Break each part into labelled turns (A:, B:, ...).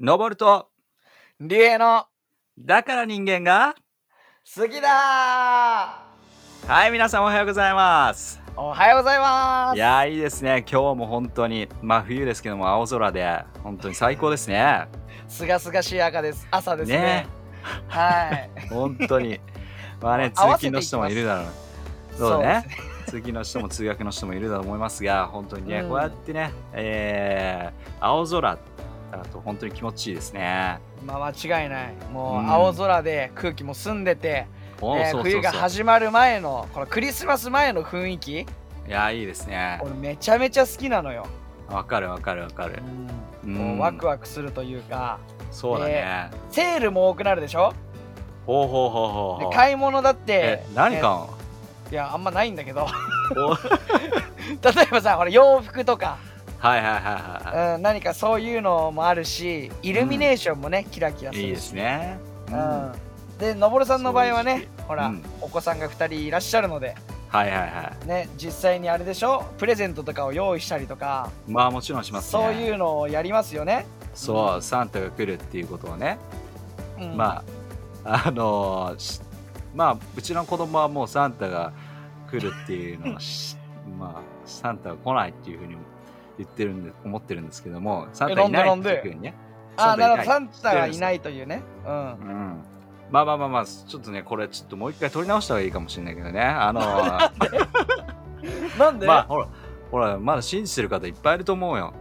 A: 登ると、
B: 竜兵の
A: だから人間が、
B: 好きだ
A: はい、皆さんおはようございます。
B: ーおはようございま
A: いやー、いいですね。今日も本当に、真冬ですけども、青空で、本当に最高ですね。
B: す。すがすがしい赤です。朝ですね。
A: ね
B: はい。
A: 本当 に。まあね、通
B: 合わせて
A: 勤の人もいるだろう。 そ
B: そううで
A: ね
B: す。
A: 通勤の人も通学の人もいると思いますが、本当にね、
B: うん
A: こうやってね、えー、青空だと本当に気持ちいいですね。
B: まあ間違いない。もう
A: うん
B: 青空で空気も澄んでて、
A: おー
B: え
A: そうそ
B: ー
A: うそう
B: 冬が始まる前のこのクリスマス前の雰囲気、
A: いやー、いいですね。
B: 俺めちゃめちゃ好きなのよ。
A: わかるわかるわかる。う
B: もうワクワクするというか、
A: そうだね。
B: セールも多くなるでしょ。
A: ほうほうほうほうほ
B: で
A: う。
B: 買い物だって
A: え、何買うの
B: えいやあんまないんだけど、
A: お
B: 例えばさ、ほら洋服とか。
A: はいはいはいは
B: うん、何かそういうのもあるしイルミネーションもね、キラキラ
A: い。
B: するし
A: いいですね。
B: う
A: うん
B: ん
A: は、
B: でのぼるさんの場合は
A: そうい
B: ね
A: う
B: ほら、
A: うん
B: お子さんが2人いらっしゃるので
A: いはいは
B: ね実際にあれでしょプレゼントとかを用意したりとか、
A: い。まあもちろんしますね。
B: そういうのをやりますよね、
A: そう、サンタが来るっていうことをね。
B: うん、
A: まあ、あのーしまあ、うちの子供はもうサンタが来るっていうのは し、まあ、サンタが来ないっていうふうに言ってるんで、思ってるんですけども、サンタいな
B: えないん
A: って
B: でなん
A: い
B: で
A: うふうにね。
B: あーなるほど
A: サ
B: サ
A: ン
B: ン
A: タ
B: タ
A: が
B: が
A: いない
B: いないというねうん
A: うん。まあまあまあまあ、ちょっとね、これちょっともう一回撮り直した方がいいかもしれないけどね。あのー
B: なんで、
A: まあ、ほら、ほら、まだ信じてる方いっぱいいると思うよ。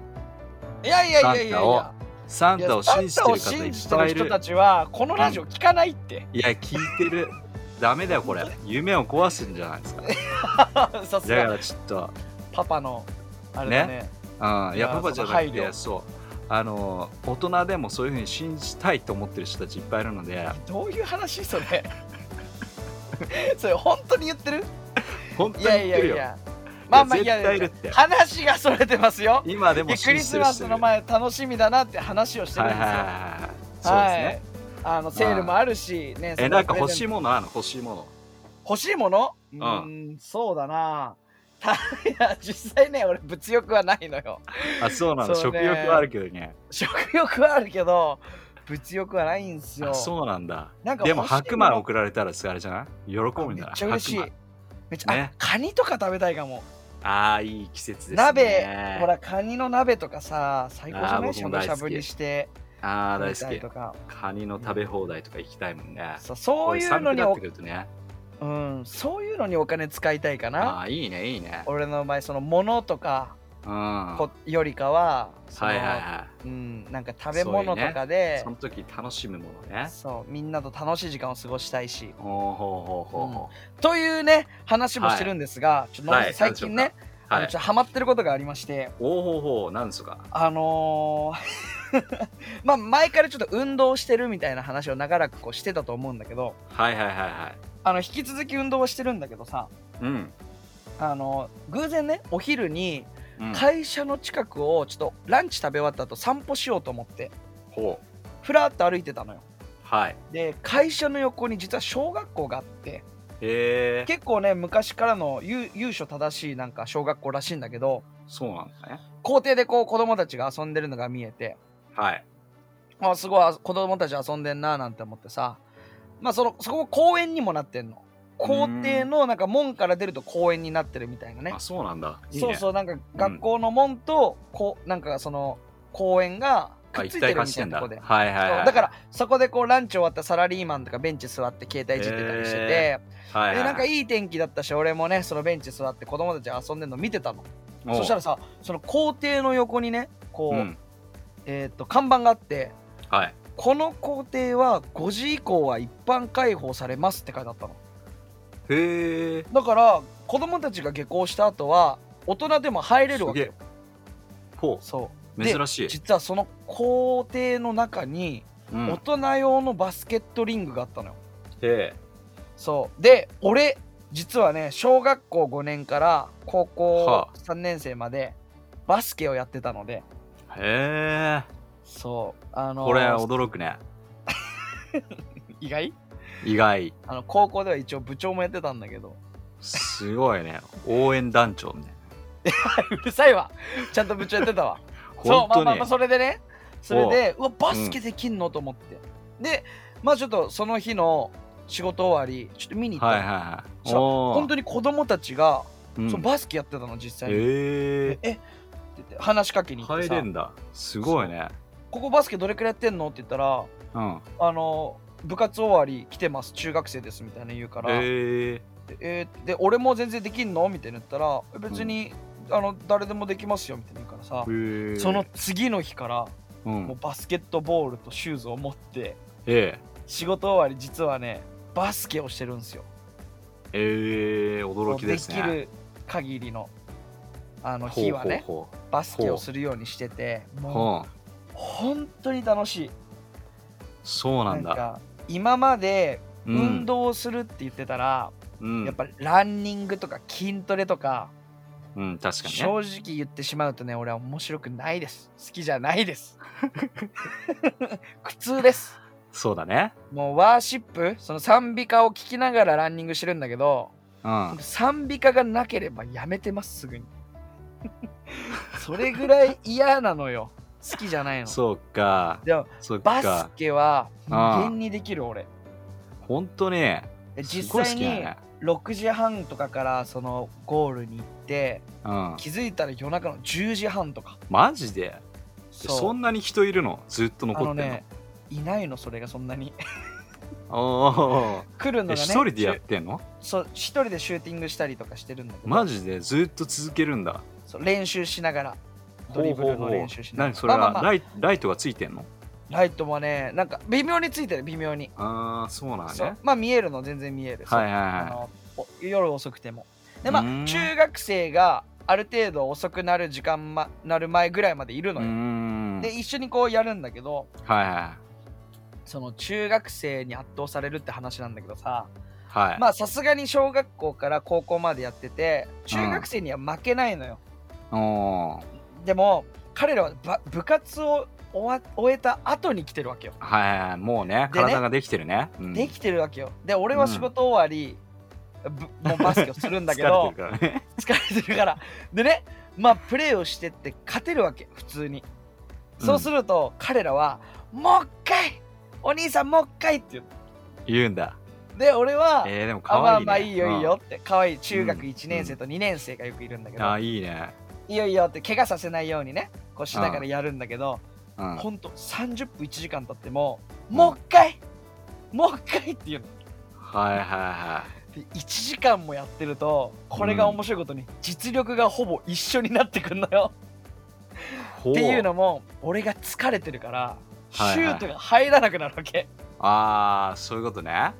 B: いやいやいやいやい
A: サン
B: や
A: タをサン
B: いや
A: タを
B: サ
A: 信
B: ン
A: じて
B: タを
A: る方いっぱい
B: 信じてる
A: い
B: 人
A: る
B: た。ちはこのラジオ聞かないって、
A: いや、聞いてる。ダメだよ、これ。夢を壊すんじゃない ですか。だ
B: さす
A: か
B: が
A: らちょっと。
B: パパのあれだね
A: うん、いや
B: いや
A: パパじゃなく
B: その配
A: て
B: 慮
A: そうあの大人でもそういうふうに信じたいと思ってる人たちいっぱいいるので
B: どういう話それ それ本当に言ってる
A: 本当
B: い
A: に
B: や
A: 言っ
B: い
A: て
B: や
A: る
B: い
A: よ
B: やまあまあい
A: 絶
B: や
A: 対いるって
B: 話がそれてますよ
A: 今で
B: いや
A: も
B: ク
A: 信
B: リ
A: じ
B: ス
A: てる
B: マ
A: 人
B: ス
A: い
B: の
A: る
B: 前楽しみだなって話をしてるん
A: はい
B: で
A: はい
B: す
A: はい
B: よ
A: はいそうですね、
B: あのセールもあるしね
A: えなんか欲しい
B: い
A: ものあるの欲しいもの
B: 欲しいものうーんそうだな たいや実際ね俺物欲はないのよ
A: あそうなの
B: そ
A: 食
B: うね
A: 欲はあるけどね
B: 食欲はあるけど物欲はないんですよ
A: あそうなんだ
B: なんか
A: でも
B: 欲しいもの
A: 白米送られたらあれじゃない喜ぶん
B: めっ
A: だな
B: ちゃ嬉しい
A: 白米
B: めっちゃ、
A: ね
B: あカニとか食べたいかも
A: あーいい季節ですね
B: 鍋ほらカニの鍋とかさ最高じ
A: あ
B: ゃ
A: ー
B: ない
A: 僕
B: し
A: も
B: ゃぶ
A: 大
B: し
A: 好
B: ゃ
A: き
B: ぶにして
A: あー大
B: 食べたり
A: 好き
B: とか
A: カニの食べ放題とか行きたいもんね
B: そうそういうのに
A: お
B: お
A: ってくるとね
B: うん、そういうのにお金使いたいかな
A: あーいいねいいね
B: 俺の場合その物とか
A: うん
B: こよりかはその
A: はいはいは
B: うん、なんか食べ物とか
A: い。
B: で
A: その時楽しむものね。
B: そうみんなと楽しい時間を過ごしたいし
A: ほうほうほうほ
B: というね話もしてるんですが、ちょっと野村さん
A: はい
B: 最近ね、
A: なんう。は
B: あの
A: い
B: ちょっ。とハマってることがありまして
A: ほうほうほう、なんですか。
B: あのー まあ前からちょっと運動してるみたいな話を長らくこうしてたと思うんだけど
A: はいはいはいはい。
B: あの引き続き運動はしてるんだけどさ
A: うん。
B: あの偶然ねお昼に
A: うん
B: 会社の近くをちょっとランチ食べ終わった後散歩しようと思って
A: ほう。
B: ふらっと歩いてたのよ
A: はい。
B: で会社の横に実は小学校があって
A: へえ。
B: 結構ね昔からのゆ由緒正しいなんか小学校らしいんだけど
A: そうなんだね。
B: 校庭でこう子供たちが遊んでるのが見えて
A: はい。
B: あすごいあ子供たち遊んでんななんて思ってさまあそのそこも公園にもなってんの校庭のなんか門から出ると公園になってるみたいなね
A: あ、そうなんだ。いいね。
B: そうそうなんか学校の門と、こうなんかその公園が
A: あ
B: くっ
A: 一
B: ついて
A: 体
B: る
A: 化
B: み
A: したて
B: い
A: ん
B: な
A: だ。
B: と
A: は
B: こ
A: いは
B: で、
A: い
B: そ
A: は
B: う
A: い。
B: だからそこでこうランチ終わったサラリーマンとかベンチ座って携帯いじってたりしてて
A: へ、はいはい。
B: でなんかいい天気だったし俺もねそのベンチ座って子供たちが遊んでるの見てたのそしたら
A: ら。
B: さその校庭の横にねこう、
A: うん。
B: えーっと看板があって
A: はい。
B: この校庭は5時以降は一般開放されますって書いてあったの
A: へえ。
B: だから子供たちが下校した後は大人でも入れるわけ
A: すげえほ。
B: そううで
A: 珍しい。
B: 実はその校庭の中に
A: うん。
B: 大
A: へ
B: 人用のバスケットリングがあったのよ、
A: え。
B: そうで俺実はね小学校5年から高校
A: はあ
B: 3年生までバスケをやってたので
A: へえ。
B: そうあの
A: これ驚くね。
B: 意外
A: 意外。
B: あの高校では一応部長もやってたんだけど
A: すごいね。応援団長ね。
B: うるさいわちゃんと部長やってたわ
A: 本
B: そうまあ
A: 当
B: まあまあ
A: に。
B: それでねそれでうわバスケできんの、と思ってでまあちょっとその日の仕事終わりちょっと見に行っ
A: はい
B: た
A: はい
B: の、
A: はい。
B: そう本当
A: に、
B: に子供たちが、
A: うん
B: そのバスケやってたの実際に、
A: え
B: えって言って話しかけに
A: ー、
B: 行って
A: 入
B: さ
A: れんだ。すごいね。
B: ここバスケどれくらいやってんの?」って言ったら「
A: うん。
B: あの部活終わり来てます中学生です」みたいな言うから「
A: え
B: えーで俺も全然できんの?」みたいな言ったら「別に、あの誰でもできますよ」みたいな言うからさ、
A: ー、
B: その、次の日から
A: う、
B: もうんバスケットボールとシューズを持って
A: え
B: 仕事終わり実はねバスケをしてるんですよ。
A: ー、えー、驚きですね。
B: もうできる限りのあの
A: ほう
B: 日はね
A: ほう
B: バスケをするようにしてて
A: ほう
B: もう
A: ほう
B: 本当に楽しい。
A: そうなんだ。
B: か今まで
A: うん
B: 運、動をするって言ってたら、
A: うん、
B: やっぱりランニングとか筋トレとか、
A: うん、確かにね。
B: 正直言ってしまうとね俺は面白くないです好きじゃないです 苦痛です
A: そうだね。
B: もうワーシップその賛美歌を聴きながらランニングしてるんだけど
A: うん。
B: 賛美歌がなければやめてますすぐに それぐらい嫌なのよ好きじゃないの
A: そうか。
B: でも
A: そう
B: バス
A: か。
B: ケは無
A: ああ
B: 限にできる俺
A: 本当に。
B: え
A: す
B: 実
A: ごい好
B: 際
A: きだ
B: に
A: ね。
B: 6時半とかからそのゴールに行って
A: うん。
B: 気づいたら夜中の10時半とか
A: マジで
B: そ
A: そんなに人いるのずっと
B: あ
A: 残
B: の
A: ってんの
B: ねいないのそれがそんなに
A: おー
B: 来るの
A: え
B: が
A: 一
B: ね
A: 人でやっ
B: シュ
A: てんの
B: そう一人でシューティングしたりとかしてるんだけど
A: マジでずっと続けるんだ
B: そう練習しながらドリブルの練習しながら
A: 何それは、
B: まあまあまあ
A: ライライトがついてんの
B: ライトもねなんか微妙についてる微妙に、
A: ああそうなん
B: そう
A: ね
B: まあ見えるの全然見える、
A: はいはい
B: そうあ
A: は
B: のお夜遅くてもでまあ
A: うーん
B: 中学生がある程度遅くなる時間、ま、なる前ぐらいまでいる
A: いう
B: の
A: ー
B: よ、
A: んは
B: で
A: い
B: 一緒にこうやるんだけど、
A: は
B: その中学生に圧倒されるって話なんだけどさ
A: いはい、
B: まあさすがに小学校から高校までやってて中学生には負けないのよ、
A: おー
B: でも彼らはば部活を終わ終えた後に来てるわけよ、
A: はいはいはいもうね
B: でね
A: 体ができてるねうん
B: できてるわけよで俺は仕事終わり、ぶもうバスケをするんだ け
A: 疲
B: ど
A: れてるからね
B: 疲れてるからでねまあプレーをしてって勝てるわけ普通にそうすると、彼らは「もう一回お兄さんもう一回」って言う
A: 言うんだ
B: で俺は、
A: えー、でも可
B: あまあ
A: 愛い、ね、
B: まあいいよいいよって可愛い中学
A: うん
B: 1年生と2年生がよくいるんだ
A: う
B: け
A: ん
B: ど、
A: あーいいね
B: いいよいいよって怪我させないようにねこうしながらやるんだけど、
A: うん
B: ほんと30分1時間経っても、
A: うん
B: もう一回もう一回っていうの
A: はいはいは
B: で1時間もやってるとこれが面白いことに実力がほぼ一緒になってくんのよ、
A: いほ
B: っていうのも俺が疲れてるからシ
A: はいはい
B: ュートが入らなくなるわけ、
A: ああそういうことね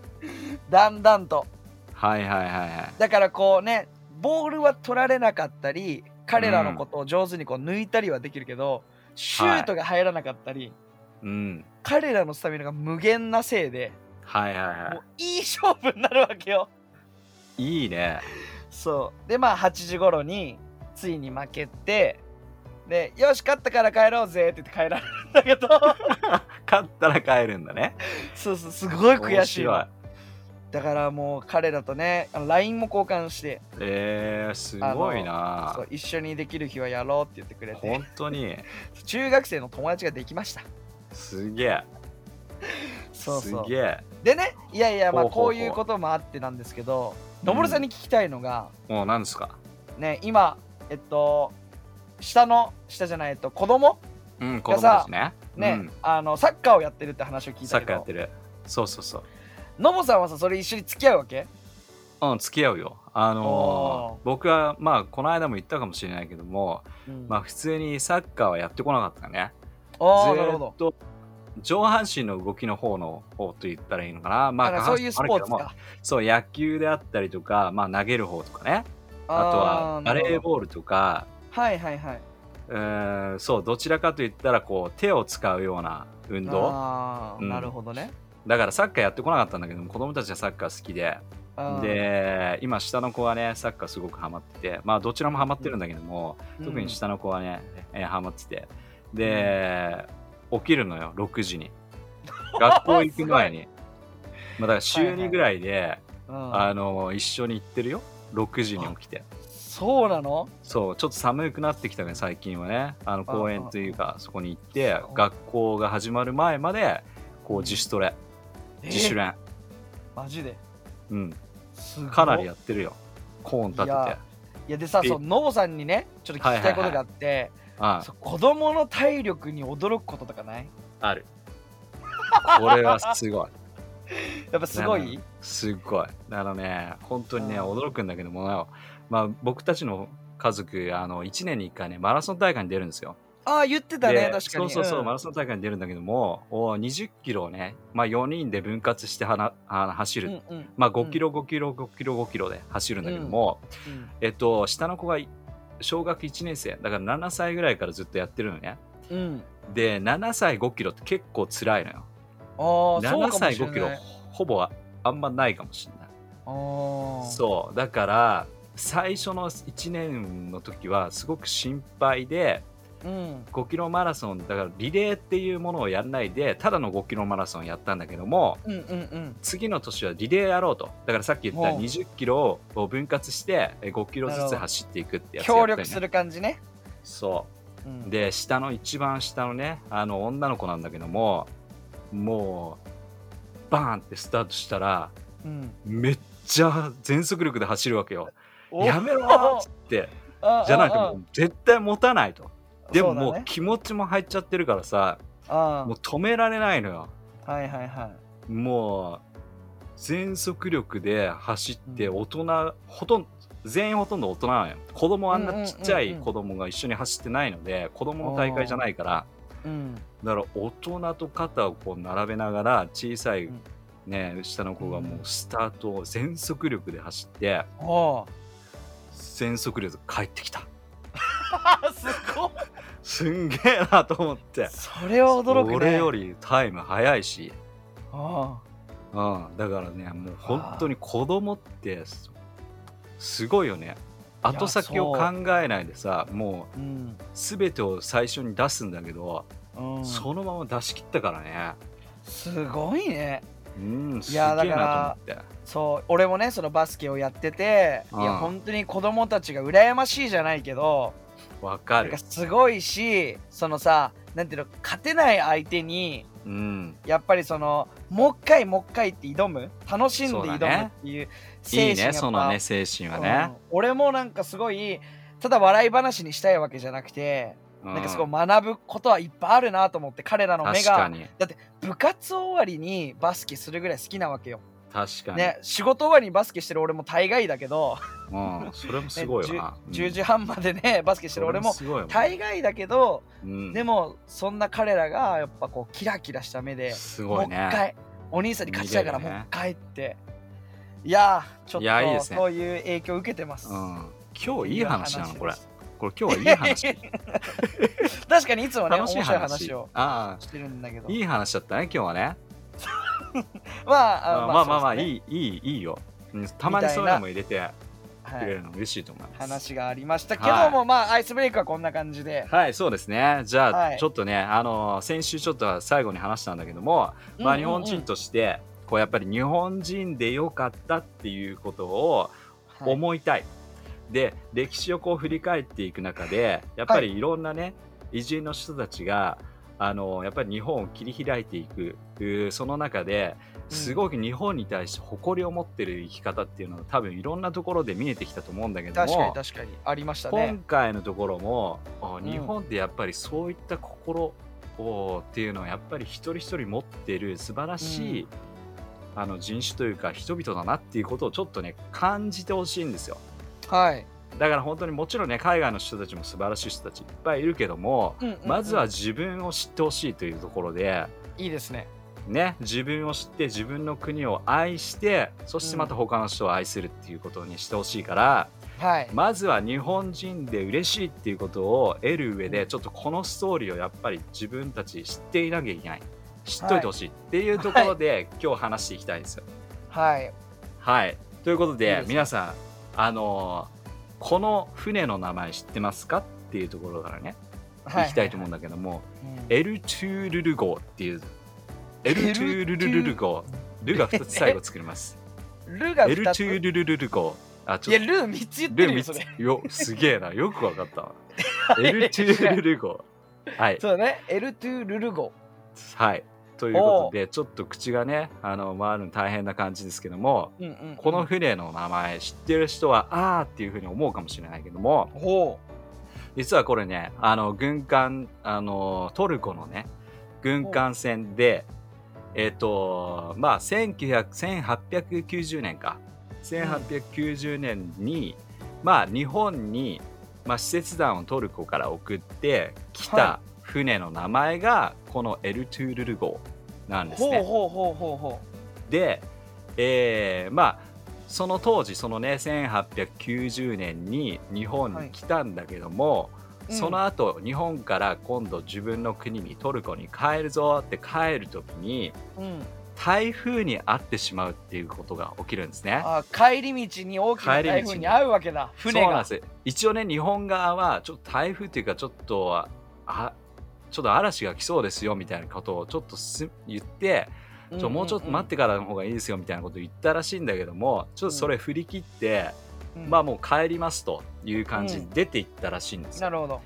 B: だんだんと
A: はいはいはいはい
B: だからこうねボールは取られなかったり彼らのことを上手にこう抜いたりはできるけど、シュートが入らなかったり、
A: うん
B: 彼らのスタミナが無限なせいで
A: はいはい
B: も
A: は
B: ういい勝負になるわけよ。
A: いいいね
B: そうでまあ8時頃についに負けてでよし勝ったから帰ろうぜって言って帰られるんだけど
A: 勝ったら帰るんだね
B: そうそうすごい悔しいの
A: 面白い
B: だからもう彼らとねあの LINE も交換して
A: えー、すごい
B: そ
A: な
B: う一緒にできる日はやろうって言ってくれて
A: 本当に
B: 中学生の友達ができました。
A: すげえ
B: そうそう
A: すげえ
B: でねいやいやまあ
A: ほうほう
B: こ
A: ほう
B: ういうこともあってなんですけどのぼるさんに聞きたいのが、
A: もう何ですか
B: ね今えっと下の下じゃないえっと子供
A: うん子供ですね
B: ね、
A: うん、
B: あのサッカーをやってるって話を聞い
A: サ
B: た
A: ッカ
B: け
A: ーやっ
B: ど
A: てるそうそうそう
B: のぼさんはさそれ一緒に付き合うわけ
A: うん付き合うよあの
B: おー
A: ー僕はまあこの間も言ったかもしれないけどもまあ普通にサッカーはやってこなかったね
B: ああ
A: ず
B: なる
A: ー
B: ほ
A: っ
B: ど
A: と上半身の動きの方の方と言ったらいいのかなま
B: だ
A: あ
B: か
A: 下半
B: らそういう
A: 身
B: ス
A: もある
B: ポ
A: け
B: ー
A: ど
B: ツ
A: も
B: か
A: そう野球であったりとかまあ投げる方とかね
B: ー
A: あとはバ
B: なるほど
A: レーボールとか
B: はいはいはいう
A: ーんそうどちらかといったらこう手を使うような運動
B: ああ、
A: うん
B: なるほどね
A: だからサッカーやってこなかったんだけども子供たちはサッカー好きで
B: あー
A: で今下の子はねサッカーすごくハマっててまあどちらもハマってるんだけども、
B: うん
A: 特に下の子はね、えーハマっててで、起きるのよ6時 に学校行く前にまあだから週2ぐらいで、
B: うん
A: あの一緒に行ってるよ6時に起きて、
B: そうなの
A: そうちょっと寒くなってきたね最近はねあの
B: ああ
A: 公園というかそこに行って
B: そう
A: 学校が始まる前までこう自主トレ自主
B: え
A: 練
B: マジで
A: うん
B: すごい
A: かなりやってるよコーン立て
B: いや
A: て
B: いやでさ
A: え
B: そうノボさんにねちょっと聞きたいことがあって、
A: あ
B: そう子供の体力に驚くこととかない
A: あるこれはすごい
B: やっぱすごい、
A: ねすっごいあのね本当にね
B: うん
A: 驚くんだけどもなまあ僕たちの家族あの1年に1回ねマラソン大会に出るんですよ
B: ああ言ってたね
A: で
B: 確かに
A: そうそうそう、
B: ん
A: マラソン大会に出るんだけども2 0キロをね、まあ、4人で分割してはなあの走る、
B: うんうん
A: まあ、5キロ5キロ5キロ5キロで走るんだけども、
B: うん
A: えっと下の子が小学1年生だから7歳ぐらいからずっとやってるのね
B: うん
A: で7歳5キロって結構辛いのよ
B: あーそ
A: 7
B: うかも
A: 歳
B: しれ
A: 5キロ
B: ない
A: ほぼあんまないかもしれない
B: あー
A: そうだから最初の1年の時はすごく心配で
B: うん
A: 5キロマラソンだからリレーっていうものをやらないでただの5キロマラソンやったんだけども
B: うんうん
A: 次の年はリレーやろうとだからさっき言った
B: ほう
A: 2 0キロを分割してえ5キロ
B: なる
A: ず
B: ほ
A: つ
B: ど
A: 走っていくって
B: う
A: や
B: ん
A: つやったよ
B: 協
A: ね
B: 力する感じね、、
A: そううんで下の一番下のねあの女の子なんだけどももうバーンってスタートしたら
B: うん、
A: めっちゃ全速力で走るわけよ
B: お
A: やめろーっつって
B: あ
A: じゃない
B: あ
A: と
B: あ
A: もう絶対持たないとでも
B: そ
A: も
B: うだ
A: う
B: ね
A: 気持ちも入っちゃってるからさ
B: あ
A: もう止められないのよ
B: あはいはいはい
A: もう全速力で走って
B: うん
A: 大人、ほとんど全員ほとんど大人なのよ子供あんなちっちゃ
B: うんうん
A: い
B: うんうん
A: 子供が一緒に走ってないので子供の大会じゃないから
B: うん
A: だから大人と肩をこう並べながら小さい
B: うん
A: ね下の子がもううんスタートを全速力で走って
B: お
A: 全速力で帰ってきた
B: あすごい
A: すんげえなと思って
B: それは驚くね
A: 俺よりタイム早いし、
B: あ
A: うん、だからねもう本当に子供ってすすごいよね後先を考えないでさも
B: あうん、
A: う全てを最初に出すんだけど、
B: うん、
A: そのまま出し切ったからね
B: すごいね
A: うんす
B: い
A: げえ
B: や
A: な
B: だ
A: と
B: か
A: 思っ
B: ら
A: て
B: そう俺もねそのバスケをやっててい
A: うん
B: や本当に子供たちが羨ましいじゃないけど
A: わか
B: なん
A: る
B: かすごいしそのさなんていうの勝てない相手に
A: うん
B: やっぱりそのもう一回もう一回って挑む楽しんで
A: そうだ
B: 挑む
A: ね
B: っていう
A: い
B: 精
A: い
B: 神や
A: ね
B: っぱ
A: そのね精神はね
B: うん、俺もなんかすごいただ笑い話にしたいわけじゃなくて、なんかすご
A: う
B: い学ぶことはいっぱいあるなと思って彼らの目
A: 確か
B: が
A: に
B: 部活終わりにバスケするぐらい好きなわけよ、
A: 確かに、
B: ね、仕事終わりにバスケしてる俺も大概だけど、
A: うん、それもす
B: ね
A: ごいよな、
B: 10,
A: うん
B: 時半ま でねバスケしてる俺も
A: それすごいよ
B: 大概だけど、
A: うん
B: でもそんな彼らがやっぱこうキラキラした目ですも
A: ご
B: う
A: い
B: 一
A: ね
B: 回お兄さんに勝ちたいから
A: 逃げ
B: もう
A: るね
B: 一回っていやーちょっ
A: いやいいで
B: と
A: すね
B: そういう影響を受けてます、
A: うん、今日いい話なの
B: ってう
A: これ
B: です
A: これ今日はいい 話
B: 確かにいつもね面
A: 楽しい
B: 白い
A: 話
B: 話を
A: あ
B: してるんだけど
A: あいい話だったね今日はね
B: まあ
A: あまあまあまあ、
B: い、
A: いいいいいいようんたまにそういうのも入れて
B: は
A: くれ
B: い、
A: るの嬉しいと思います、
B: 話がありましたけども、まあアイスブレイクはこんな感じで、
A: はいそうですねじゃあ、
B: はい
A: ちょっとねあのー先週ちょっと最後に話したんだけども、まあ、
B: うん
A: 日
B: うんうん
A: 本人としてこうやっぱり日本人でよかったっていうことを
B: はい
A: 思いたい、で歴史をこう振り返っていく中でやっぱりいろんなね、偉人の人たちがあのやっぱり日本を切り開いていくうーその中で
B: うん
A: すごく日本に対して誇りを持ってる生き方っていうのが多分いろんなところで見えてきたと思うんだけど
B: 確かに
A: も
B: 確かにありました
A: 今
B: ね
A: 回のところもあ
B: ん
A: 日本ってやっぱりそういった心をっていうのはやっぱり一人一人持ってる素晴らしい、
B: うん
A: あの人種というか人々だなっていうことをちょっとね感じてほしいんですよ。
B: はい、
A: だから本当にもちろんね海外の人たちも素晴らしい人たちいっぱいいるけども、
B: うんうんうん
A: まずは自分を知ってほしいというところで、
B: いいですね
A: ね、自分を知って自分の国を愛してそしてまた
B: う
A: 他の人を愛するっていうことにしてほしいから、
B: はい、
A: まずは日本人で嬉しいっていうことを得る上で、
B: うん
A: ちょっとこのストーリーをやっぱり自分たち知っていなきゃいけない知っといてほしいっていうところで、今日話していきたいんですよ。
B: はい
A: はい。ということで、
B: いいですね
A: 皆さん、あのーこの船の名前知ってますかっていうところからね、
B: はい
A: 行きたいと思うんだけども、
B: うん
A: エルトゥールル号っていう、エ
B: エ
A: ル
B: ル
A: ト
B: ト
A: ゥ
B: ゥ
A: ール
B: ー
A: ル
B: ルル
A: ル
B: ル
A: ル号、ルが2つ最後作ります。
B: ルが
A: エルトゥ
B: 2
A: ー
B: つ
A: ルルルル号、あ、ち
B: い
A: ょ
B: や
A: っと、
B: ルー3つ言って
A: ルー
B: るよ
A: 三
B: それ
A: つ。よ、すげえな。よくわかったわ。
B: いや
A: L2 ルー語。はい。
B: そうね L2 ルルゴ
A: はい。ということで、ちょっと口がね、あの、回るの大変な感じですけども、
B: うんうんうん
A: この船の名前知ってる人は、あーっていうふうに思うかもしれないけども、
B: ほ
A: 実はこれね、あの、軍艦、あの、トルコのね、軍艦船で、えっ、と、まあ、1900 1890年か。1890年に、まあ、日本に、まあ、使節団をトルコから送ってきた
B: は
A: 船の名前が、このエルトゥールル号なん
B: う
A: です
B: ほう
A: ね。
B: ほうほうほうほ
A: で、えーまあその当時そのね1890年に日本に来たんだけども、
B: い
A: その後日本から今度自分の国にトルコに帰るぞって帰る時に
B: う、うん、
A: 台風に遭ってしまうっていうことが起きるんですね。
B: あ帰り道に大きな台風に合うわけだ船
A: そうなん
B: が
A: です一応ね日本側はちょっと台風っていうかちょっとあちょっと嵐が来そうですよみたいなことをちょっとす言って、ちょもうちょっと待ってからの方がいいですよみたいなこと言ったらしいんだけどもちょっとそれ振り切って、
B: て、うん
A: まあもう帰りますという感じで出ていったらしいんですよ、
B: なるほど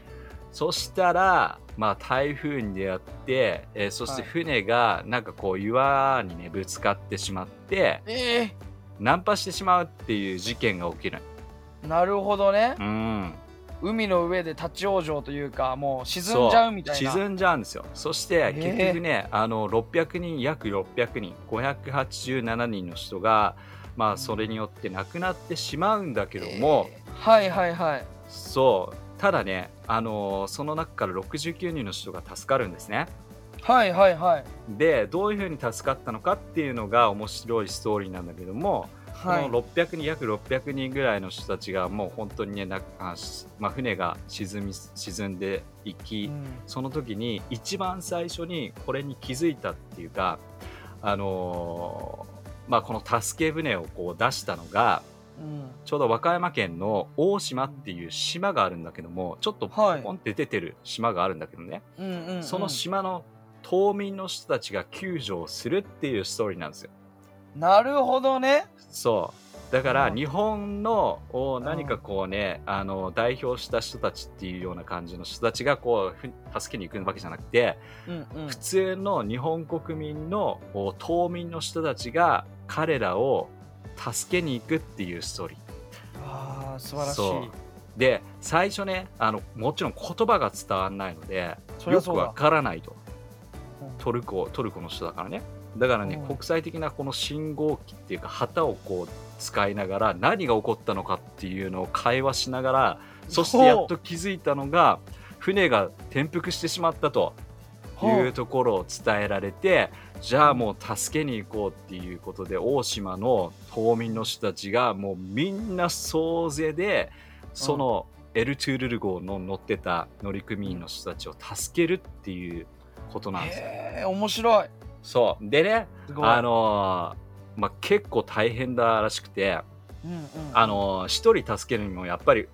A: そしたら、まあ、台風に出会って、えーそして
B: はい
A: 船がなんかこう岩にねぶつかってしまって
B: え
A: ナンパしてしまうっていう事件が起きる
B: ー、なるほどね
A: うん
B: 海の上で立ち往生というかもう沈
A: そ
B: んじゃうみたいな
A: 沈んじゃうんですよそして結局ね、あの600人約600人587人の人がまあそれによって亡くなってしまうんだけども、
B: えーはいはいはい
A: そうただねあのーその中から69人の人が助かるんですね
B: はいはいはい
A: でどういうふうに助かったのかっていうのが面白いストーリーなんだけども、
B: はい
A: この600人約600人ぐらいの人たちがもう本当にねなあ、しまあ、船が沈み沈んでいき、
B: うん
A: その時に一番最初にこれに気づいたっていうか、あのーまあ、この助け船をこう出したのが
B: うん
A: ちょうど和歌山県の大島っていう島があるんだけどもちょっとポ
B: はい
A: ンって出てる島があるんだけどね、
B: うんうんうん
A: その島の島民の人たちが救助をするっていうストーリーなんですよ。
B: なるほどね
A: そうだから
B: うん
A: 日本のお
B: ん
A: 何かこうねあの代表した人たちっていうような感じの人たちがこうふ助けに行くわけじゃなくて
B: うんうん
A: 普通の日本国民のお島民の人たちが彼らを助けに行くっていうストーリー。
B: あー素晴らしい
A: そうで最初ねあのもちろん言葉が伝わらないので
B: そり
A: よ
B: ゃ
A: く
B: そうだ
A: わからないと
B: うん
A: トルコトルコの人だからねだからね、
B: うん
A: 国際的なこの信号機っていうか旗をこう使いながら何が起こったのかっていうのを会話しながらそしてやっと気づいたのが船が転覆してしまったと
B: ほ
A: いうところを伝えられてじゃあもう助けに行こうっていうことで大島の島民の人たちがもうみんな総勢でそのエルトゥールル号の乗ってた乗組員の人たちを助けるっていうことなんですよ。
B: へえ面白い
A: そうでね
B: すごい
A: あのーまあ、結構大変だらしくて
B: うんうん
A: あのー一人助けるにもやっぱり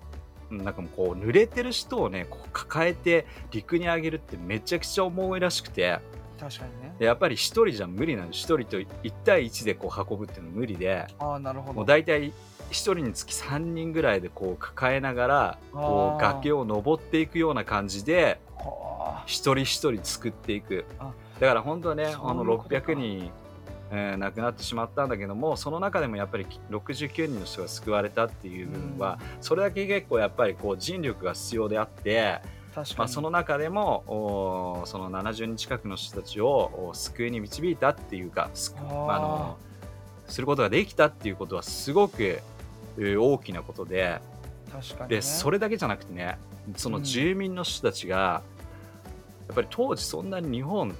A: うんなんかもうこう濡れてる人をねこう抱えて陸に上げるってめちゃくちゃ重いらしくて。
B: 確かにね
A: でやっぱり一人じゃ無理なの一人と1対1でこう運ぶっていうの無理で
B: ああなるほ
A: もう
B: ど
A: 大体一人につき3人ぐらいでこう抱えながらこう
B: あー
A: 崖を登っていくような感じで
B: はあ
A: 一人一人作っていく
B: あ
A: だから本当はねあ
B: そ
A: の
B: ういうことか
A: 600人、えー亡くなってしまったんだけどもその中でもやっぱり69人の人が救われたっていう部分は、それだけ結構やっぱりこう人力が必要であって。
B: 確か
A: まあ、
B: に
A: その中でもおーその70人近くの人たちをおー救いに導いたっていうかす
B: あ
A: あ
B: ー
A: のすることができたっていうことはすごくえー大きなことで
B: 確かにね
A: でそれだけじゃなくてねその住民の人たちが、やっぱり当時そんなに日本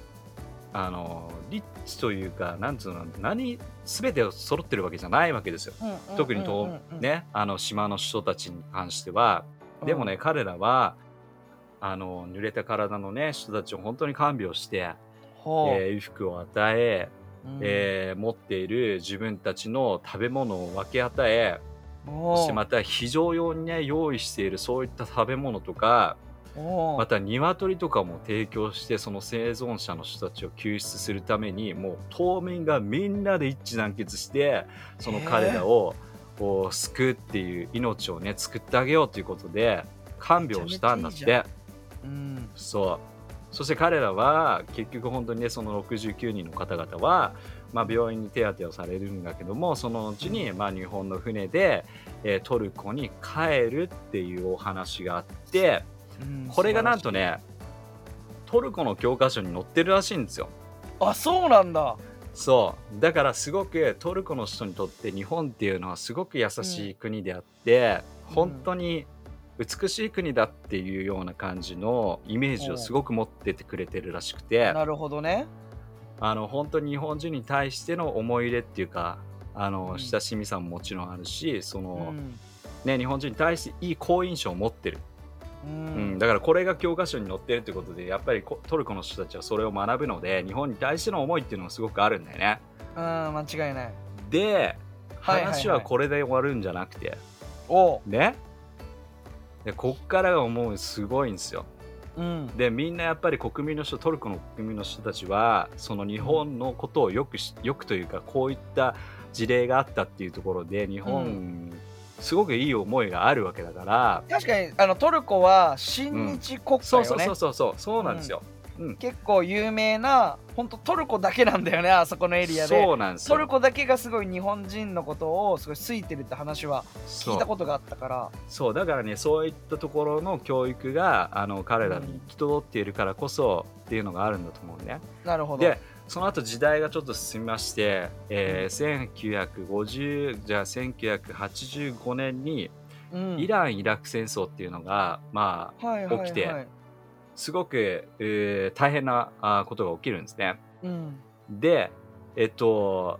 A: あのリッチというかなんつうの何全てを揃ってるわけじゃないわけですよ。
B: うんうんうんうん
A: 特にと、ね、あの島の人たちに関してはでもね、彼らはあの濡れた体の、ね、人たちを本当に看病して、え
B: ほう
A: ー衣服を与え
B: うん
A: えー持っている自分たちの食べ物を分け与え
B: ほう
A: そしてまた非常用に、ね、用意しているそういった食べ物とか
B: ほう
A: また鶏とかも提供してその生存者の人たちを救出するためにもう島民がみんなで一致団結してその彼らをを救うっていう命をね救ってあげようということで看病したんだっ
B: めちゃ
A: て
B: めうん
A: そうそして彼らは結局本当にねその69人の方々は、まあ、病院に手当てをされるんだけどもそのうちに、まあ、日本の船で、えートルコに帰るっていうお話があって
B: うん
A: これがなんとねトルコの教科書に載ってるらしいんですよ。
B: あそうなんだ
A: そうだからすごくトルコの人にとって日本っていうのはすごく優しい国であって、
B: うん
A: 本当に美しい国だっていうような感じのイメージをすごく持っててくれてるらしくて
B: なるほどね
A: あの本当に日本人に対しての思い入れっていうかあの
B: うん
A: 親しみさももちろんあるしその、
B: ん
A: ね、日本人に対していい好印象を持ってる、
B: う
A: うん
B: ん
A: だからこれが教科書に載ってるってことでやっぱりこトルコの人たちはそれを学ぶので日本に対しての思いっていうのがすごくあるんだよね。
B: 間違いない
A: で
B: はいはいはい
A: 話はこれで終わるんじゃなくて、
B: おう
A: ねでこっからが思うすごいんですよ
B: うん
A: でみんなやっぱり国民の人トルコの国民の人たちはその日本のことをよくしよくというかこういった事例があったっていうところで日本、
B: う
A: すごくいい思いがあるわけだから、
B: 確かにあのトルコは親日国家
A: そう
B: よ
A: そう
B: ね
A: そうそうそうそうなんですよ、
B: 結構有名な本当トルコだけなんだよねあそこのエリアで
A: そうなんですよ
B: トルコだけがすごい日本人のことをすごい好いてるって話は聞
A: そう
B: いたことがあったから
A: そうだからねそういったところの教育があの彼らに行き届っているからこそっていうのがあるんだと思うね。
B: なるほど
A: でその後時代がちょっと進みまして、えー1950じゃあ1985年に
B: うん
A: イラン・イラク戦争っていうのが、まあ、
B: はいはいはい
A: 起きてすごく、えー大変なあーことが起きるんですね。
B: うん
A: でえっと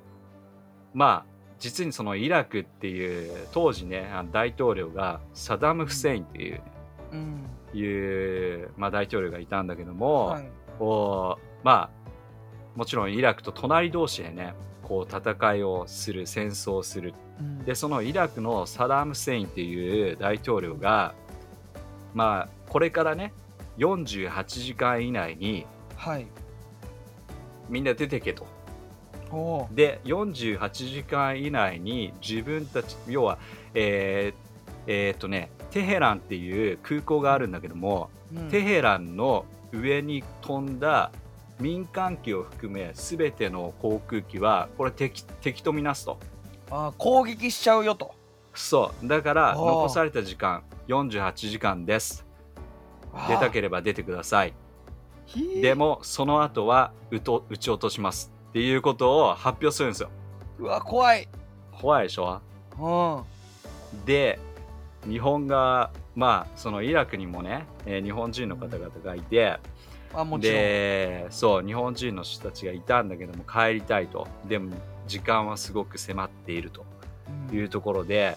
A: まあ実にそのイラクっていう当時ねあの大統領がサダム・フセインっていう
B: うん
A: いう、まあ、大統領がいたんだけども、
B: はい
A: こうまあもちろんイラクと隣同士でねこう戦いをする戦争をする
B: うん
A: でそのイラクのサダム・フセインっていう大統領がまあこれからね48時間以内に
B: はい
A: みんな出てけと
B: おう
A: で48時間以内に自分たち要はえーえーっとねテヘランっていう空港があるんだけども、
B: うん
A: テヘランの上に飛んだ民間機を含め全ての航空機はこれ敵敵とみなすと
B: あ攻撃しちゃうよと
A: そうだから
B: おー
A: 残された時間48時間です出たければ出てくださいで
B: で
A: もその後は撃と撃ち落としますっていうことを発表するんですよ
B: うわ怖い
A: 怖いでしょ
B: うん
A: で日本がまあそのイラクにもね、えー日本人の方々がいて、
B: あもちろん
A: でそう日本人の人たちがいたんだけども帰りたいとでも時間はすごく迫っていると
B: うん
A: いうところで、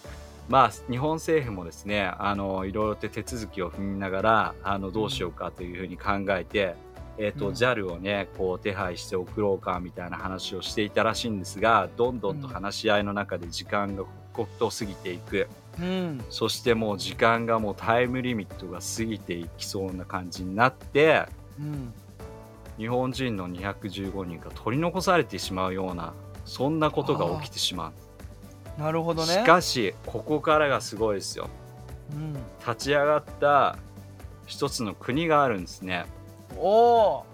A: まあ日本政府もですねあのいろいろと手続きを踏みながらあのどうしようかというふうに考えて、えーと
B: うん
A: JAL をねこう手配して送ろうかみたいな話をしていたらしいんですがどんどんと
B: うん
A: 話し合いの中で時間が刻々と過ぎていく
B: うん
A: そしてもう時間がもうタイムリミットが過ぎていきそうな感じになって。
B: うん
A: 日本人の215人が取り残されてしまうようなそんなことが起きてしま
B: なるほ
A: う、
B: どね
A: しかしここからがすごいですよ
B: うん
A: 立ち上がった一つの国があるんですねほ
B: お
A: う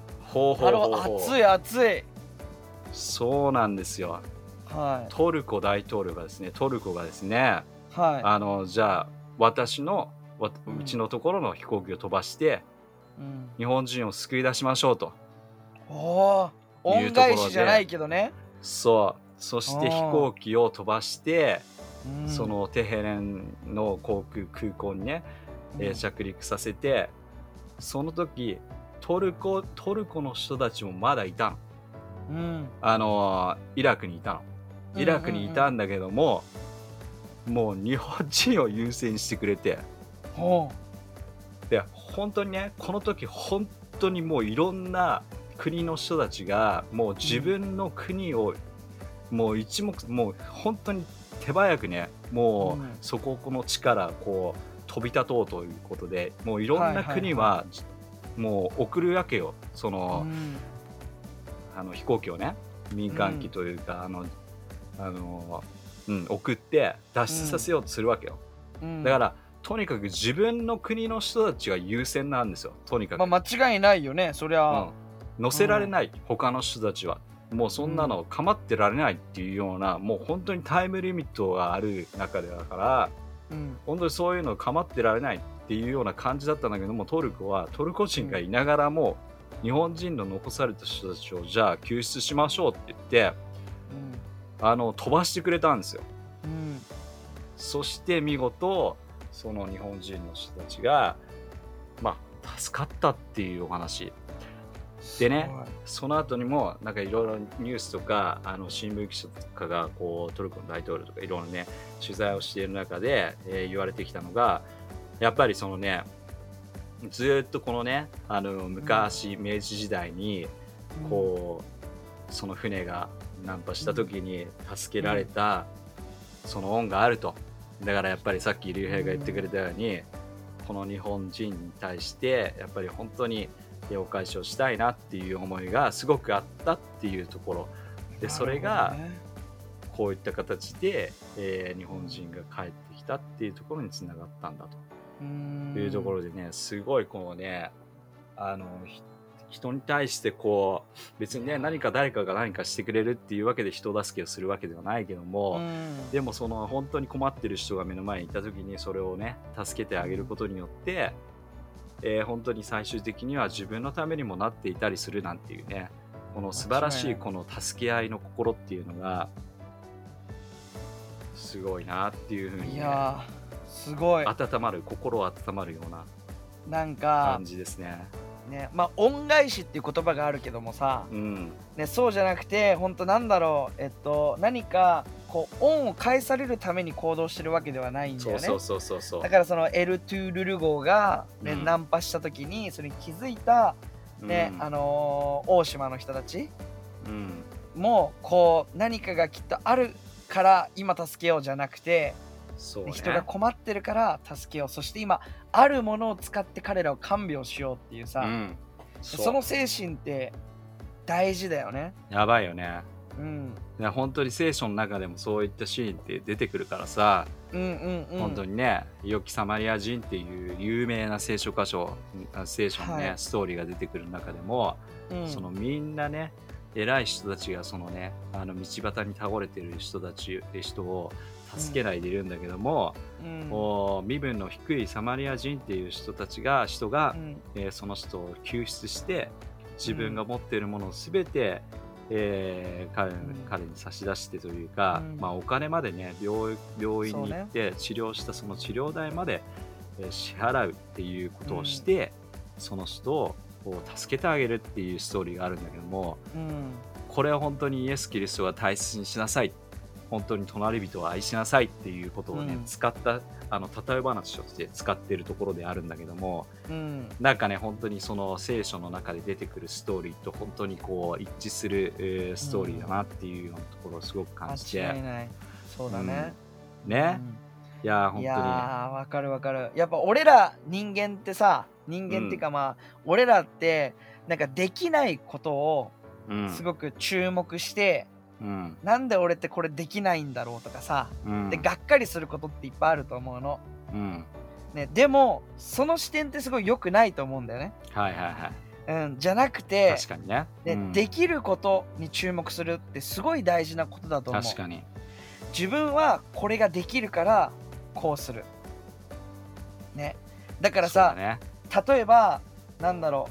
B: お
A: ほ
B: な
A: う
B: る
A: ほ
B: ほ
A: う
B: ど
A: ほう
B: 熱い熱い
A: そうなんですよ
B: は
A: トルコ大統領がですねトルコがですね
B: いは
A: あのじゃあ私のわ
B: うん
A: うちのところの飛行機を飛ばして
B: い、うん、
A: 日本人を救い出しましょうと
B: おお
A: いう
B: 恩
A: ところで
B: 返しじゃないけどね、
A: そうそして
B: あー
A: 飛行機を飛ばして
B: うん
A: そのテヘレンの航空空港にね、えー着陸させてその時トルコトルコの人たちもまだいたの、
B: うん
A: あのーイラクにいたのイラクにいたんだけども、もう日本人を優先してくれて
B: ほ
A: で本当にねこの時本当にもういろんな国の人たちがもう自分の国を、もう一目もう本当に手早くねもう、
B: うん
A: そここの地からこう飛び立とうということでもういろん
B: はいは
A: ない
B: はい
A: 国は、もう送るわけよそう
B: う
A: の,、
B: ん
A: あの飛行機をね民間機というか、あのあのうん、送って脱出させようとするわけよ、
B: うん
A: だからとにかく自分の国の人たちが優先なんですよとにかく、
B: まあ間違いないよねそりゃ、
A: うん、乗せられない、他の人たちはもうそんなの構ってられないっていうような、もう本当にタイムリミットがある中でだから
B: うん
A: 本当にそういうの構ってられないっていうような感じだったんだけどもトルコはトルコ人がいながらも、日本人の残された人たちをじゃあ救出しましょうって言ってあの飛ばしてくれたんですよ
B: うんうん
A: そして見事その日本人の人たちがまあ助かったっていうお話でねその後にもなんかいろいろニュースとかあの新聞記者とかがこうトルコの大統領とかいろんなね取材をしている中で、えー言われてきたのがやっぱりそのねずーっとこのねあの昔、明治時代に
B: すごい
A: こうその船が難破した時に助けられたその恩があるとだからやっぱりさっき竜兵が言ってくれたようにこの日本人に対してやっぱり本当にお返しをしたいなっていう思いがすごくあったっていうところ
B: うん
A: でそれ
B: な
A: が
B: るほどね
A: こういった形で、えー日本人が帰ってきたっていうところにつながったんだと。
B: うん
A: いうところでね、すごいこうね、あの、ひ人に対してこう、別にね、何か誰かが何かしてくれるっていうわけで人助けをするわけではないけど
B: う
A: も、
B: ん
A: でもその本当に困ってる人が目の前にいた時にそれをね、助けてあげることによって、えー本当に最終的には自分のためにもなっていたりするなんていうね、この素晴らしいこの助け合いの心っていうのが、すごいなっていうふうにね、
B: いやーすごい
A: 温まる、心温まるような
B: なんか
A: 感じですね。
B: ねまあ恩返しっていう言葉があるけどもさ、
A: うん、
B: ね、そうじゃなくて本当なんだろうえっと何かこう恩を返されるために行動してるわけではないんだ
A: そ
B: よ
A: う
B: ね
A: そうそうそうそう
B: だ。からそのエルトゥールル号が、ね
A: うん
B: ナンパした時にそれに気づいた、ね
A: うん
B: あ、のー大島の人たち
A: うん、
B: もこう何かがきっとあるから今助けようじゃなくて、
A: そうね。
B: 人が困ってるから助けようそして今あるものを使って彼らを看病しようっていうさ、
A: うん、
B: そ
A: そう
B: の精神って大事だよね。
A: やばいよね。
B: うん、
A: ね本当に聖書の中でもそういったシーンって出てくるからさ、
B: うんうんうん
A: 本当にね、良きサマリア人っていう有名な聖書箇所、あ聖書のね、
B: はい
A: ストーリーが出てくる中でも、
B: うん
A: そのみんなね、偉い人たちがそのね、あの道端に倒れてる人たち、人を助けないでいるんだけども、
B: うん
A: もう身分の低いサマリア人っていう人たちが、人が、
B: うん
A: えーその人を救出して自分が持っているものを全て、えー彼
B: ん
A: 彼に差し出してというか、
B: うん
A: まあ、お金までね病病院に行って治療したその治療代まで、えー支払うっていうことをして、その人をこう助けてあげるっていうストーリーがあるんだけども
B: うん
A: これは本当にイエス・キリストが大切にしなさい本当に隣人を愛しなさいっていうことをね、
B: うん
A: 使ったあの例え話として使っているところであるんだけども、
B: うん
A: なんかね本当にその聖書の中で出てくるストーリーと本当にこう一致する、えーストーリーだなっていうようなところをすごく
B: 間
A: 感じて、
B: 違いないそうだね、
A: うんね、いやー
B: うん
A: 本
B: い
A: 当
B: や
A: に
B: ーわかるわかるやっぱ俺ら人間ってさ人間っていうかまあ、俺らってなんかできないことを
A: うん
B: すごく注目して、
A: うん
B: なんで俺ってこれできないんだろうとかさ、
A: うん
B: でがっかりすることっていっぱいあると思うの、
A: うん
B: ね、でもその視点ってすごい良くないと思うんだよね、
A: はいはいは
B: うん、じゃなく
A: い
B: て
A: 確かにね
B: で
A: うん
B: できることに注目するってすごい大事なことだと思う
A: 確かに
B: 自分はこれができるからこうするねだからさ、
A: そうだね
B: 例えばなんだろ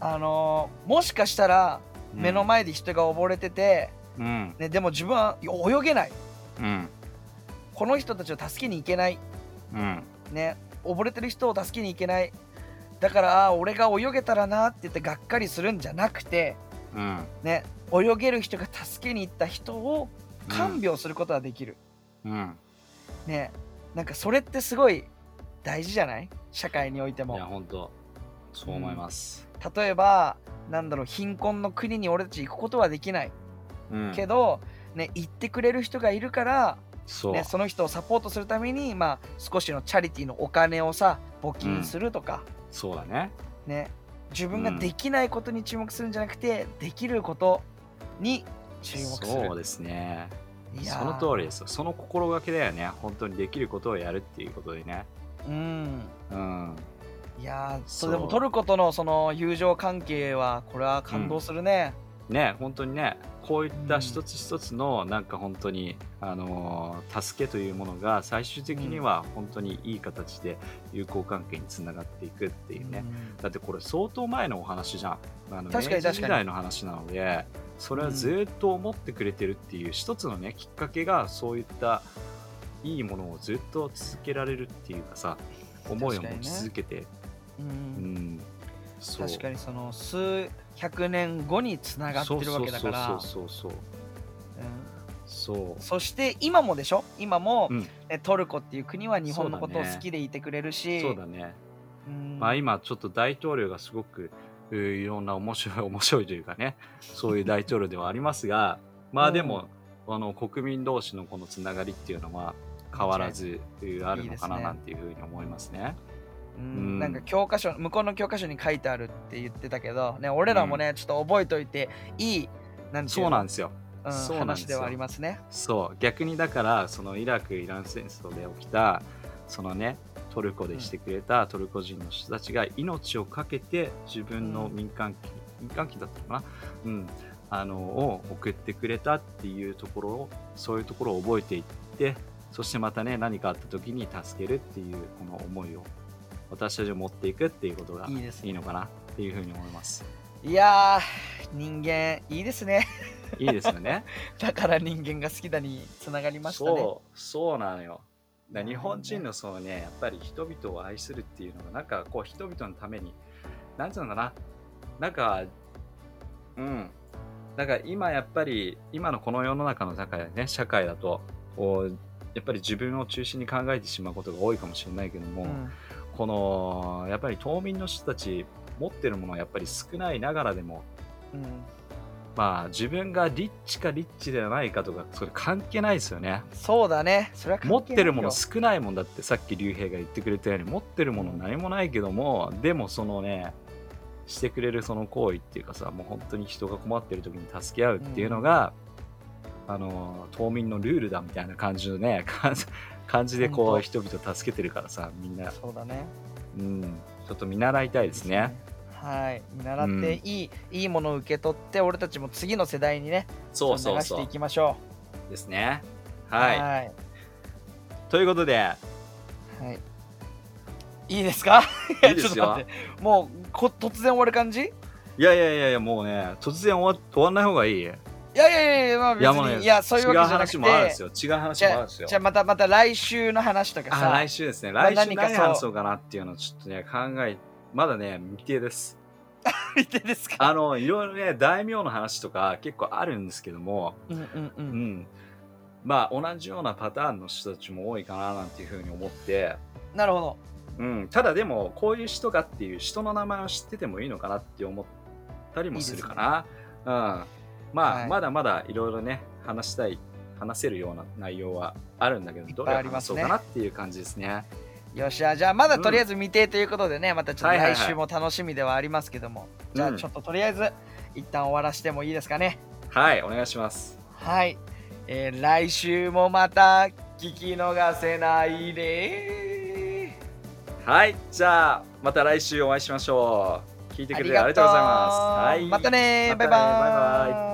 B: うあのーもしかしたら
A: うん
B: 目の前で人が溺れてて、
A: うん
B: ね、でも自分はいや泳げない
A: うん
B: この人たちを助けに行けない
A: うん
B: ね溺れてる人を助けに行けないだからあー俺が泳げたらなって言ってがっかりするんじゃなくて
A: うん
B: ね泳げる人が助けに行った人を看病することができる、
A: うん
B: ねなんかそれってすごい大事じゃない社会において
A: いや
B: も
A: 本当そう思います
B: 例えばなんだろう貧困の国に俺たち行くことはできない
A: うん
B: けど、ね行ってくれる人がいるから、
A: そう
B: ね、その人をサポートするためにまあ少しのチャリティーのお金をさ募金するとか、
A: そうだね
B: ね自分ができないことに注目するんじゃなくて、できることに注目す
A: そう
B: る
A: ですね
B: いいやー
A: その通りですよその心がけだよね本当にできることをやるっていうことでね
B: うん
A: うん
B: いやーそ
A: そう
B: れでもトルコとのその友情関係はこれは感動するね、
A: ね本当にねこういった一つ一つのなんか本当に、あのー助けというものが最終的には本当にいい形で友好関係につながっていくっていうね、
B: うん
A: だってこれ相当前のお話じゃんあの
B: 確かに確かに
A: 明治時代の話なのでそれはずっと思ってくれてるっていう一つのねきっかけがそういったいいものをずっと続けられるっていうかさ思いを
B: 確か
A: 持
B: にね
A: ち続けて、
B: うん
A: うんそう
B: 確かにその数百年後につながってるわけだからうん
A: そうそうそうそうそうそう
B: そして今もでしょ今も、
A: うん
B: えトルコっていう国は日本のこと
A: そ
B: を
A: うだね
B: 好きでいてくれるし
A: そうだね、
B: うん
A: まあ、今ちょっと大統領がすごくうーいろんな面白い 面白いというかねそういう大統領ではありますがまあでも、あの国民同士のこのつながりっていうのは変わらずうんあるのか
B: いいです
A: な
B: ね
A: なんていうふうに思いますね。
B: うん
A: うん
B: なんか教科書向こうの教科書に書いてあるって言ってたけど、ね、俺らもね、ちょっと覚えといていいなんてい
A: そうなん
B: う
A: ですよ
B: の、うん
A: そうなんです
B: 話
A: よ
B: ではありますね。
A: そう逆にだからそのイラク・イラン戦争で起きたそのねトルコでしてくれたトルコ人の人たちが命を懸けて自分の民間機、民間機だったかな、うん、あのを送ってくれたっていうところをそういうところを覚えていってそしてまたね何かあった時に助けるっていうこの思いを私たちを持っていくっていうことが
B: いいですね
A: いいのかなっていうふうに思います。
B: いやー人間いいですね
A: いいですよね。
B: だから人間が好きだにつながりましたね。
A: そうそうなのよだから日本人のそのねやっぱり人々を愛するっていうのがなんかこう人々のためになんつうのかななんかうんだから今やっぱり今のこの世の中の中でね社会だとこうやっぱり自分を中心に考えてしまうことが多いかもしれないけども、
B: うん
A: このやっぱり島民の人たち持ってるものはやっぱり少ないながらでも
B: うん
A: まあ自分がリッチかリッチではないかとかそれ関係ないですよね。
B: そうだねそれは関係
A: 持ってるもの
B: ないよ
A: 少ないもんだってさっき竜兵が言ってくれたように持ってるもの何もないけどもでもそのねしてくれるその行為っていうかさもう本当に人が困ってる時に助け合うっていうのが、あの島民のルールだみたいな感じのね 感じ感じでこう
B: 本
A: 人々助けてるからさみんな、
B: そうだね。
A: うん、ちょっと見習いたいですね。
B: はい見習っていい、いいものを受け取って俺たちも次の世代にね
A: そ
B: 流していきましょ
A: うですね。
B: う。
A: はい、
B: はい
A: ということで
B: はい。いいですか
A: いいですよ
B: ちょっと待って。もうこ突然終わる感じい
A: いやいやいやいやもうね突然終わ終わんない方がいい。い
B: やいやいや、まあ、別
A: やもうね
B: にいやそういうわけじゃなく
A: 違う話もあるんで
B: て
A: す。よ。違う話
B: じ
A: もある
B: ゃ
A: ん
B: あ
A: ですよ。
B: じゃあまたまた来週の話とか
A: あ
B: さ。
A: 来週ですね。
B: まあ
A: 来週
B: 何か
A: 何
B: そう
A: 話そうかなっていうのをちょっとね、考え、まだね、未定です。
B: 見てですか
A: あの、いろいろね、大名の話とか結構あるんですけども、
B: うんうんう。
A: うんん。まあ、同じようなパターンの人たちも多いかななんていうふうに思って、
B: なるほど。
A: うん。ただでも、こういう人がっていう人の名前を知っててもいいのかなって思ったりもするかな。うん。まあ、
B: はい
A: まだまだいろいろね、話したい、話せるような内容はあるんだけど、
B: いっ
A: ど
B: ぱい
A: れ
B: あ
A: を
B: りま
A: 話
B: す
A: そう
B: ね
A: かなっていう感じですね。
B: よっしゃ、じゃあまだとりあえず未定ということでね、またちょっ
A: は
B: と
A: いはいは
B: 来
A: い
B: 週も楽しみではありますけども、
A: うん
B: じゃあちょっととりあえず一旦終わらしてもいいですかね。
A: はい、お願いします。
B: はい、えー来週もまた聞き逃せないで。
A: はい、じゃあまた来週お会いしましょう。聞いてくれてありがとうございます。はい、
B: またね
A: またね
B: バイバーイ。
A: バイバ